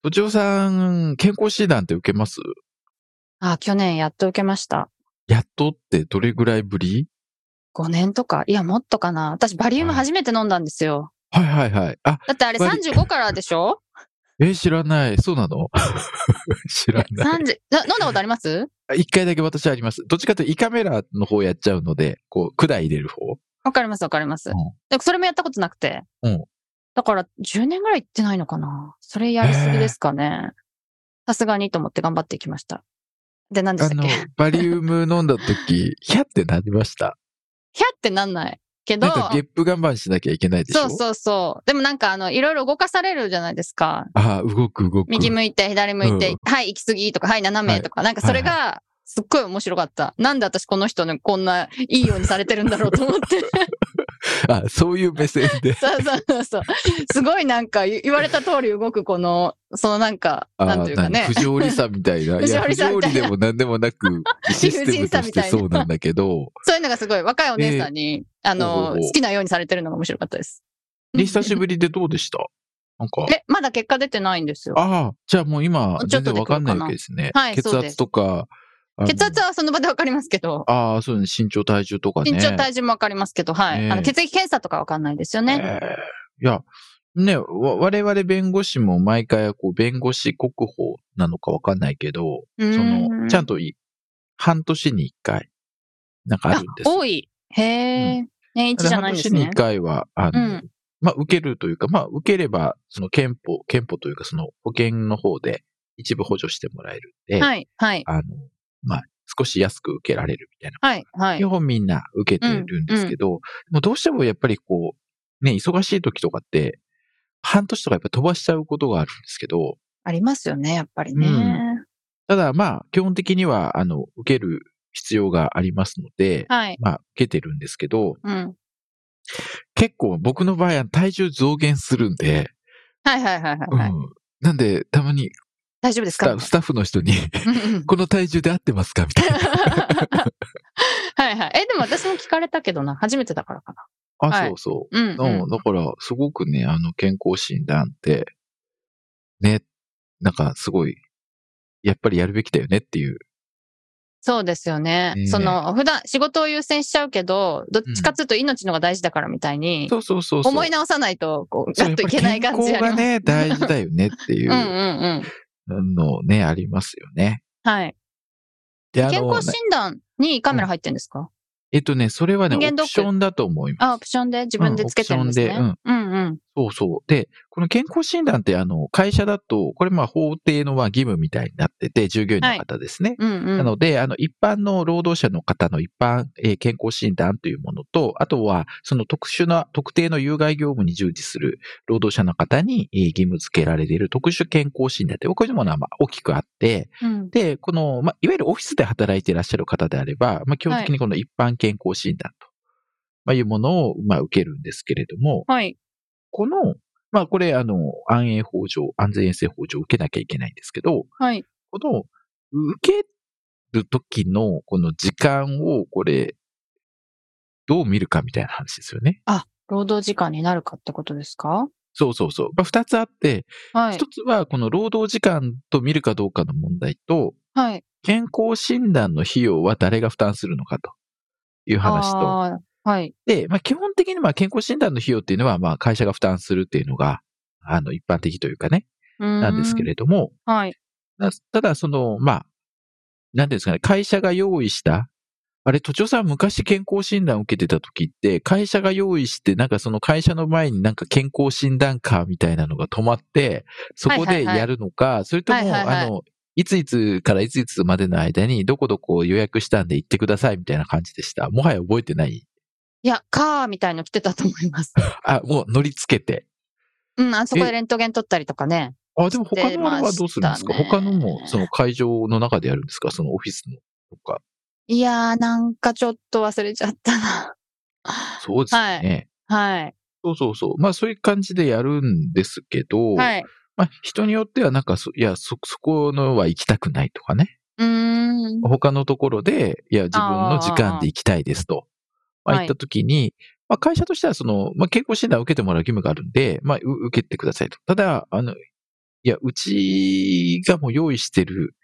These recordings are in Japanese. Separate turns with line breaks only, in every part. とちおさん、健康診断って受けます
あ去年やっと受けました
やっとってどれぐらいぶり
5年とかいやもっとかな私バリウム初めて飲んだんですよ
はいはいはい。あ、
だってあれ
バリ
35からでしょ
えー知らない。そうなの 知らない。
三十な飲んだことあります
一回だけ私あります。どっちかというと胃カメラの方やっちゃうので、こう、管入れる方。
わかりますわかります。
うん
でそれもやったことなくて。
うん
だから10年ぐらい行ってないのかなそれやりすぎですかね。さすがにと思って頑張っていきました。で、何で
あ
したっ
の
けヒャ、
バリウム飲んだ時、 ひゃってなりました。
ってなんないけど
なん、かゲップ我慢しなきゃいけないでしょ
そうそうそう。でもなんかあの、いろいろ動かされるじゃないですか。
あー動く動く。
右向いて、左向いて、
うん
はい、行き過ぎとか、はい、斜めとか、なんかそれが、すっごい面白かった。なんで私この人にこんないいようにされてるんだろうと 思って。。
あ、そういう目線で
そうそうそうそう。すごいなんか言言われた通り動くこの、そのなんか、
あ
なんというかね。
不条理さんみたい な。いや、不
不条理さん
条
みた
理
いな
でも何でもな く、システムとしてそうなんだけど、
そういうのがすごい若いお姉さんに、あ
ほうほ
の、
うほう
好きなようにされてるのが面白かったです。
で、久しぶりでどうでしたなんか。
え、まだ結果出てないんですよ。
ああ、じゃあもう今
も、うち
全
ょっと
然
で
わかんないわけですね。
来るかなはい
血
そうです
圧とか。あの
血圧はその場でわかりますけど、
ああ、そうね。身長、体重とかね。
身長体重もわかりますけど、はい。
ねえ
あの血液検査とかわかんないですよね。
ええいや、ね、わ我々弁護士も毎回、こう、弁護士国宝なのかわかんないけど、
そ
その、ちゃんとい、半年に一回、なんかあるんですよ。
多い。へえ、年一じゃないんです
半年
ね
に一。回は、あ
う
の、
ん。
まあ、受けるというか、まあ、受ければ、その憲法、憲法というか、その保険の方で一部補助してもらえるんで、
はい、はい、
あの、まあ、少し安く受けられるみたいな。
はい、は
基
い。
本みんな受けてるんですけど、でもどうしてもやっぱりこう、ね、忙しい時とかって、半年とかやっぱ飛ばしちゃうことがあるんですけど、
ありますよね、やっぱりね。
うんただまあ、基本的には、あの、受ける必要がありますので、
はい。
まあ、受けてるんですけど、
うん。
結構僕の場合は体重増減するんで、
はい、はい、はい、はいはい。
うんなんで、たまに
大丈夫です
スタ
か
スタッフの人に、
うんうん
この体重で合ってますかみたいな。
はいはい。え、でも私も聞かれたけどな。初めてだからか
あ、
はい
そうそう。
な。うん、うん
うん、だから、すごくね、あの、健康診断って、ね、なんか、すごい、やっぱりやるべきだよねっていう。
そうですよね。
ねえ
その、普段仕事を優先しちゃうけど、どっちかというと命の方が大事だからみたいに、
そうそうそうそう。
思い直さないと、こう、
そう
ガッといけない感じ
やっぱ
あります。
健康がね、大事だよねってい
うんうん
う
うん。
のね、ありますよね。
はい。
で、あ
健
の
康、診断にカメラ入ってんですか、
えっとね、それはね、オ
人間ドック
プションだと思います。
あ、オプションで自分でつけてるんですね。
うんオ
うんうん。
そうそう。で、この健康診断って、あの、会社だと、これまあ法定のまあ義務みたいになってて、従業員の方ですね。
うんう。
なんので、あの、一般の労働者の方の一般、えー健康診断というものと、あとは、その特殊な、特定の有害業務に従事する労働者の方に、えー義務付けられている特殊健康診断って、こういうものはまあ大きくあって、
うん
で、この、まあ、いわゆるオフィスで働いていらっしゃる方であれば、まあ、基本的にこの一般健康診断と、まあ、いうものを、まあ、受けるんですけれども、
はい。
この、まあ、これ、あの、安永法上、安全衛生法上受けなきゃいけないんですけど、
はい。
この、受ける時のこの時間を、これ、どう見るかみたいな話ですよね。
労働時間になるかってことですか
そうそうそう。まあ、二つあって、
はい
一。つはこの労働時間と見るかどうかの問題と、
はい。
健康診断の費用は誰が負担するのかという話と。
あーはい。
で、まあ、基本的にまあ健康診断の費用っていうのは、まあ、会社が負担するっていうのが、あの、一般的というかね、
な
なんですけれども、
ど。はい。
なただ、その、まあ、なんていうんですかね、会社が用意した、あれ、都庁さん昔健康診断受けてた時って、会社が用意して、なんかその会社の前になんか健康診断カーみたいなのが止まって、そこ
はいは
で
いはい
やるのか、それとも、
はいはいはい
あの、いついつからいついつまでの間に、どこどこ予約したんで行ってくださいみたいな感じでした。もはや覚えてない。
いや、カーみ たいの来てたと思います。
あ、もう乗りつけて。
うん、あそこでレントゲン撮ったりとかね。
あ、でも他のあれはどうするんですか、
してました
他
ね
のも、その会場の中でやるんですかそのオフィスのとか。
いやー、なんかちょっと忘れちゃったな。
そうですよね。
はい。
そうそうそう。まあそういう感じでやるんですけど、
はい。
まあ人によってはなんかそ、いや、そ、そこのは行きたくないとかね。
うーん。
他のところで、いや、自分の時間で行きたいですと。
あー
まあ言ったときに、まあ会社としてはその、まあ健康診断を受けてもらう義務があるんで、まあう受けてくださいと。ただ、あの、いや、うちがもう用意してる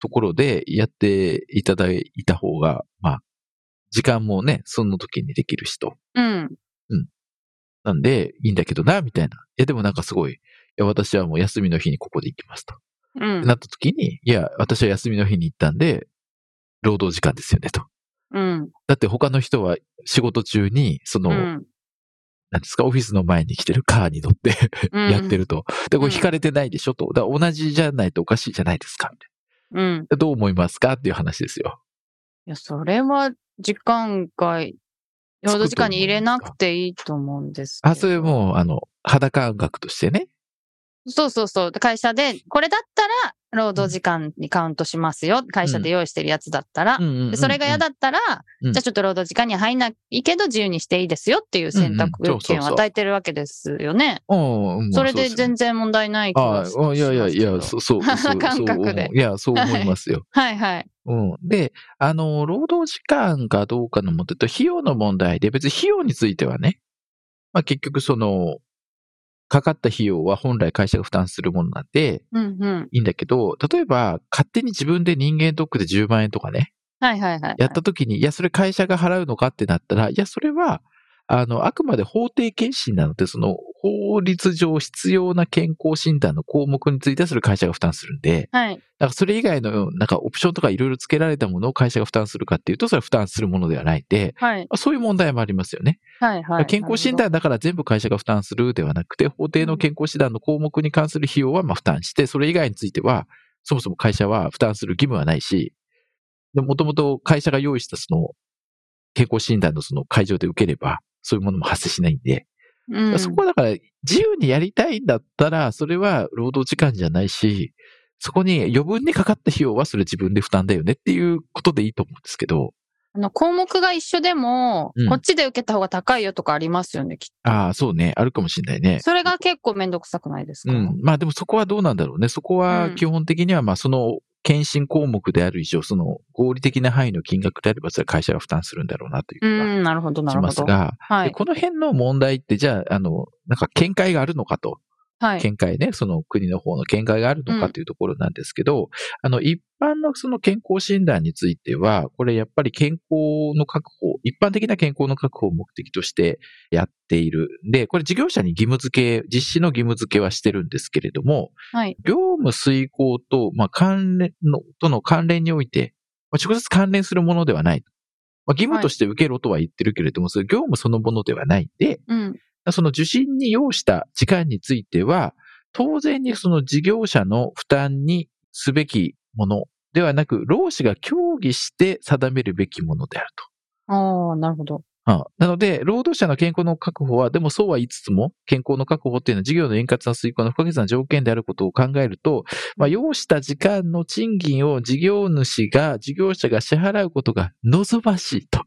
ところでやっていただいた方が、まあ、時間もね、その時にできるしと。
うん。
なんで、いいんだけどな、みたいな。いや、でもなんかすごい、いや、私はもう休みの日にここで行きますと。
うん。
なった時に、いや、私は休みの日に行ったんで、労働時間ですよね、と。
うん。
だって他の人は仕事中に、その、
う
なん
ん。
ですか、オフィスの前に来てるカーに乗って
うん
やって。ると。で、こ
うん
れ惹かれてないでしょ、と。だから同じじゃないとおかしいじゃないですか。みたい
うん。
などう思いますかっていう話ですよ。
いや、それは時間外、労働時間に入れなくていいと思うんですけど。
あ、それもう、あの、肌感覚としてね。
そうそうそう。で会社で、これだったら、労働時間にカウントしますよ。会社で用意してるやつだったら。でそれが嫌だったら、
うん
じゃあちょっと労働時間に入んないけど自由にしていいですよっていう選択
うんうんそうそう
権
そう
を与えてるわけですよね。
うん。うん、
それで全然問題ない気が
あ
し
あ、いやいやいや、
ますけど
そう、そう、そう
感覚
そう
で
思ういや、そう思いますよ。
はいはい。
うん。で、あの、労働時間かどうかの問題と、費用の問題で、別に費用についてはね、まあ結局その、かかった費用は本来会社が負担するものなんで、
うんうん。
いいんだけど、例えば、勝手に自分で人間ドックで10万円とかね、
はいはいはい。
やった時に、いや、それ会社が払うのかってなったら、いや、それは、あの、あくまで法定検診なので、その、法律上必要な健康診断の項目についてはそれ会社が負担するんで、
はい。
なんかそれ以外の、なんかオプションとかいろいろ付けられたものを会社が負担するかっていうと、それは負担するものではないんで、
はい。
まあそういう問題もありますよね。
はいはい。
健康診断だから全部会社が負担するではなくて、法定の健康診断の項目に関する費用はまあ負担して、それ以外については、そもそも会社は負担する義務はないし、もともと会社が用意したその、健康診断のその会場で受ければ、そういうものも発生しないんで、
なるほど、うん
そこはだから自由にやりたいんだったら、それは労働時間じゃないし、そこに余分にかかった費用はそれ自分で負担だよねっていうことでいいと思うんですけど、
あの、項目が一緒でも、
うん
こっちで受けた方が高いよとかありますよね、きっ
ああ、そうね、あるかもしれないね
と。。それが結構めんどくさくないです
う
か、
ん。まあでもそこはどうなんだろうね。そこは
うん
基本的にはまあその検診項目である以上、その合理的な範囲の金額であれば、それは会社が負担するんだろうなという
う
気が
ん、なるほど、な
し
るほ
ます
ど。
が、
は
で
い。
この辺の問題って、じゃあ、あの、なんか見解があるのかと。
はい。
見解ね、その国の方の見解があるの
う
か
ん
というところなんですけど、あの、一般のその健康診断については、これやっぱり健康の確保、一般的な健康の確保を目的としてやっている。で、これ事業者に義務付け、実施の義務付けはしてるんですけれども、
はい。
業務遂行と、まあ、関連の、との関連において、まあ、直接関連するものではない。まあ、義務として受けろとは言ってるけれども、それ業務そのものではないんで、
うん。
その受診に要した時間については、当然にその事業者の負担にすべきものではなく、労使が協議して定めるべきものであると。
ああ、なるほど。
うんなので、労働者の健康の確保は、でもそうは言いつつも、健康の確保っていうのは事業の円滑な遂行の不可欠な条件であることを考えると、まあ、要した時間の賃金を事業主が、事業者が支払うことが望ましいと。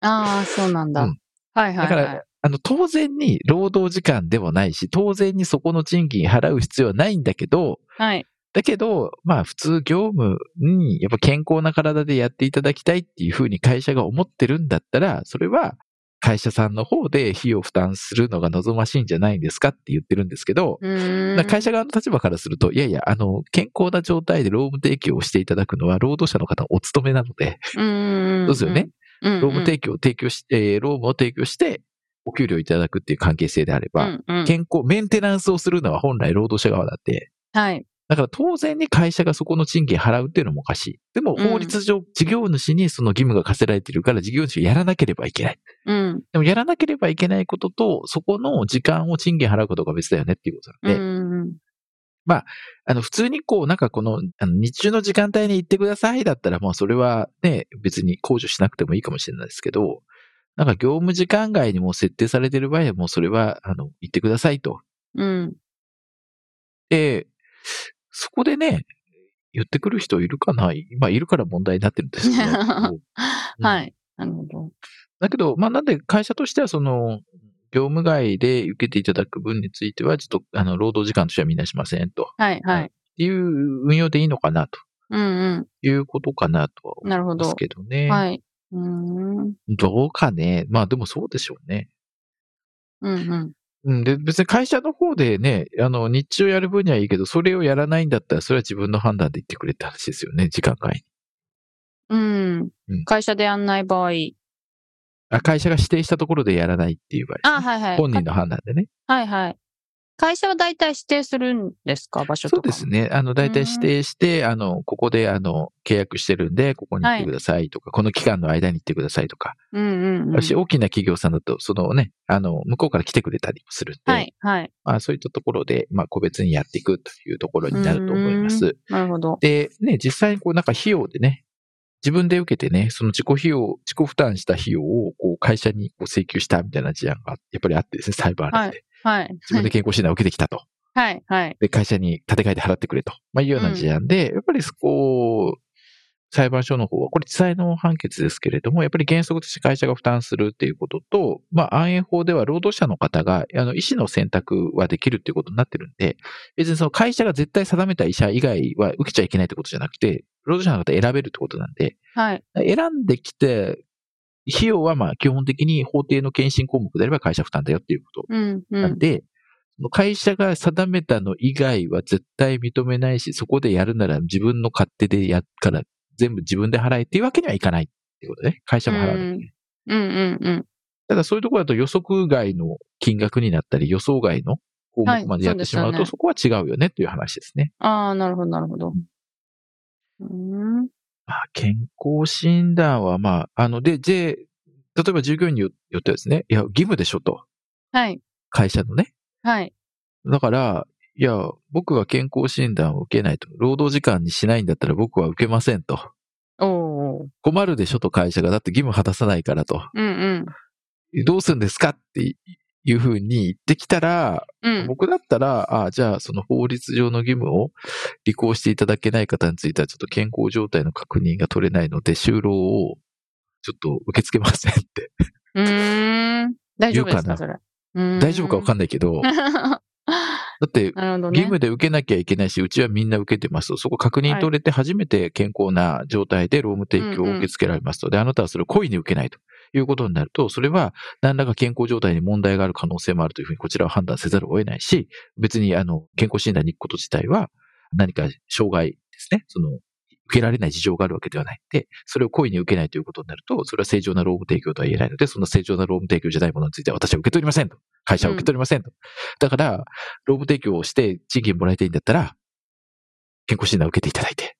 ああ、そうなんだ。
うん
はいはい、はい。
だから、あの、当然に労働時間でもないし、当然にそこの賃金払う必要はないんだけど、
はい。
だけど、まあ普通業務にやっぱ健康な体でやっていただきたいっていうふうに会社が思ってるんだったら、それは会社さんの方で費用負担するのが望ましいんじゃないんですかって言ってるんですけど、
う
だ
ーん。
から会社側の立場からすると、いやいや、あの、健康な状態で労務提供をしていただくのは労働者の方のお勤めなので、
うーん。
そうですよね。
うんうん。
労務提供を提供し、えー労務を提供して、お給料いただくっていう関係性であれば、
うんうん。
健康、メンテナンスをするのは本来労働者側だって、
はい。
だから当然に会社がそこの賃金払うっていうのもおかしい。でも
うん
法律上、事業主にその義務が課せられてるから、事業主がやらなければいけない。
うん。
でもやらなければいけないことと、そこの時間を賃金払うことが別だよねっていうこと
う
なんで、
ん。
あの、普通にこう、なんかこの、あの日中の時間帯に行ってくださいだったら、もうそれはね、別に控除しなくてもいいかもしれないですけど、なんか業務時間外にもう設定されてる場合は、もうそれは、あの、行ってくださいと
うん。
で、そこでね、言ってくる人いるかな今いるから問題になってるんですけど。
は。い。なるほど。
だけど、まあ、なんで会社としては、その、業務外で受けていただく分については、ちょっと、あの、労働時間としてはみなしませんと。っ
はい、はい。
ていう運用でいいのかな、と
うんうん。
いうことかなとは
なるほ
思いま
ど
す。けどね。
はい。うーん。うん
どうかね。まあ、でもそうでしょうね。
うん。
うん、で、別に会社の方でね、あの、日中やる分にはいいけど、それをやらないんだったら、それは自分の判断で言ってくれって話ですよね、時間外に。
うん
うん。
会社でやんない場合。
あ、会社が指定したところでやらないっていう場合ですね、
あ、はいはい。
本人の判断でね。
はいはい。会社は大体指定するんですか場所
そ
と
う
か
で
も。
すね。あの、大体指定して、あの、ここで、あの、契約してるんで、ここに行ってくださいとか、この期間の間に行ってくださいとか。
うんうん、うん。
私、大きな企業さんだと、そのね、あの、向こうから来てくれたりもするんで、
はいはい。
まあ、そういったところで、まあ、個別にやっていくというところになると思います。
なるほど。
で、ね、実際にこうなんか費用でね、自分で受けてね、その自己費用、自己負担した費用をこう会社にこう請求したみたいな事案がやっぱりあってですね、裁判あるんで。
はい。
自分で健康診断を受けてきたと。
はいはい。
で、会社に立て替えて払ってくれと。まあいうような事案で、やっぱりそこ、裁判所の方は、これ地裁の判決ですけれども、やっぱり原則として会社が負担するっていうことと、まあ安永法では労働者の方が、あの、医師の選択はできるっていうことになってるんで、別にその会社が絶対定めた医者以外は受けちゃいけないってことじゃなくて、労働者の方選べるってことなんで、
はい。
選んできて、費用はまあ基本的に法定の検診項目であれば会社負担だよっていうこと
うんう
なん
ん。
で、その会社が定めたの以外は絶対認めないし、そこでやるなら自分の勝手でやっから、全部自分で払えっていうわけにはいかないっていうことね。会社も払う。
うんうんうんうん。
ただそういうところだと予測外の金額になったり、予想外の項
は
目
い
までやってしまうと、
そうです
そこは違うよねという話ですね。
ああ、なるほどなるほど。うん。
まあ、健康診断はまあ、あの、で、で、例えば従業員によってはですね、いや、義務でしょと。
はい。
会社のね。
はい。
だから、いや、僕は健康診断を受けないと、労働時間にしないんだったら僕は受けませんと。
おお。
困るでしょと会社が、だって義務果たさないからと。
うんうん。
どうするんですかっていうふうに言ってきたら、
うん。
僕だったら、あじゃあその法律上の義務を履行していただけない方については、ちょっと健康状態の確認が取れないので、就労をちょっと受け付けませんって。
うーん。大丈夫です
言うかな
かそれ。
大丈夫かわ
ん
かんないけど、だって
ない。なるほど
義
ね。
務で受けなきゃいけないし、うちはみんな受けてますと。そこ確認取れて初めて健康な状態で労務提供を受け付けられますと。で、あなたはそれを故意に受けないということになると、それは何らか健康状態に問題がある可能性もあるというふうにこちらは判断せざるを得ないし、別にあの、健康診断に行くこと自体は何か障害ですね。その、受けられない事情があるわけではないんで、それを故意に受けないということになると、それは正常な労務提供とは言えないので、その正常な労務提供じゃないものについては私は受け取りませんと。会社は受け取りませんと。だから、労務提供をして賃金もらいたいんだったら、健康診断を受けていただいて。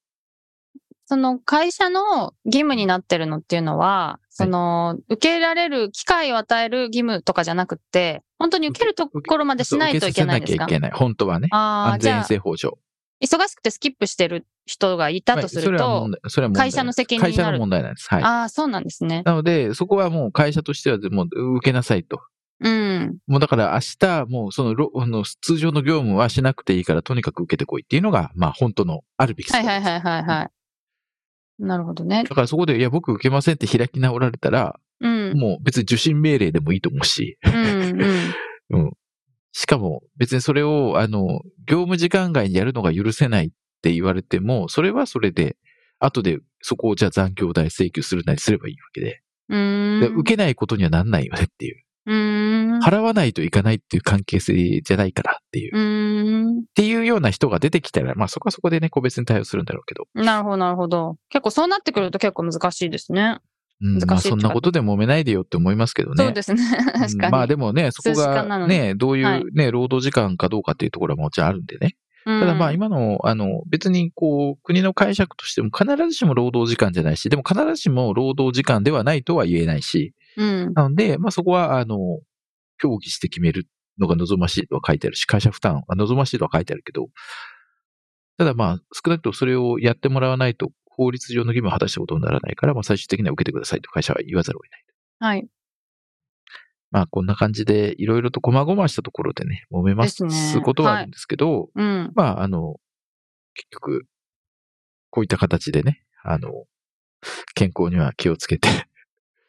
その会社の義務になってるのっていうのは、その、受けられる機会を与える義務とかじゃなくて、本当に受けるところまでしないといけないんです
受け
か
させなきゃいけない。本当はね。
ああ、
安
じ
全衛
ゃあ、
生法上。
忙しくてスキップしてる人がいたとする
はいそれ
と、
は問題それは問題
会社の責任になる
会社の問題なんです。はい。
ああ、そうなんですね。
なので、そこはもう会社としては、もう受けなさいと。
うん。
もうだから明日、もうそのろ、あの、通常の業務はしなくていいから、とにかく受けてこいっていうのが、まあ本当のあるべき
は
姿
いはいはいはいはい。なるほどね。
だからそこで、いや、僕受けませんって開き直られたら、
うん。
もう別に受信命令でもいいと思うし、
うん。うん。
しかも別にそれを、あの、業務時間外にやるのが許せないって言われても、それはそれで、後でそこをじゃあ残業代請求するなりすればいいわけで、
う
で
ーん。
受けないことにはなんないよねっていう。
うーん。
払わないといかないっていう関係性じゃないからっていう。
うーん。
っていうような人が出てきたら、まあそこはそこでね、個別に対応するんだろうけど。
なるほど、なるほど。結構そうなってくると結構難しいですね。
うん、ま
難
あ
しいって
そんなことで揉めないでよって思いますけどね。
そうですね。確か
うん
に。
まあでもね、そこ
数時間
が
なのに
ね、どうい
はいう
ね、労働時間かどうかっていうところはもちろんあるんでね。
うん、
ただまあ今の、あの、別にこう、国の解釈としても必ずしも労働時間じゃないし、でも必ずしも労働時間ではないとは言えないし、
うん。
なので、まあそこは、あの、協議して決めるのが望ましいとは書いてあるし、会社負担は望ましいとは書いてあるけど、ただまあ少なくともそれをやってもらわないと法律上の義務を果たしたことにならないから、まあ最終的には受けてくださいと会社は言わざるを得ない。
はい。
まあこんな感じでいろいろと細々したところでね、揉めます
ですね
ことはあるんですけど、
うん。
まああの、結局、こういった形でね、あの、健康には気をつけて、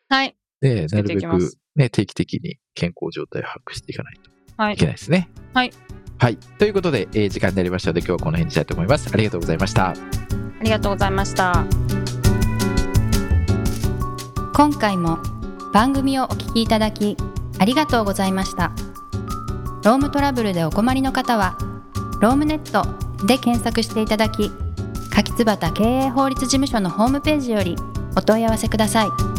はい。
で、
つけ
な
て
るべ
いきます
くね、定期的に健康状態を把握していかないと
はい
いけないですね。
はい。
はい。ということで、えー時間になりましたので、今日はこの辺にしたいと思います。ありがとうございました。
ありがとうございました。
今回も番組をお聞きいただきありがとうございましたロームトラブルでお困りの方はロームネットで検索していただき柿椿経営法律事務所のホームページよりお問い合わせください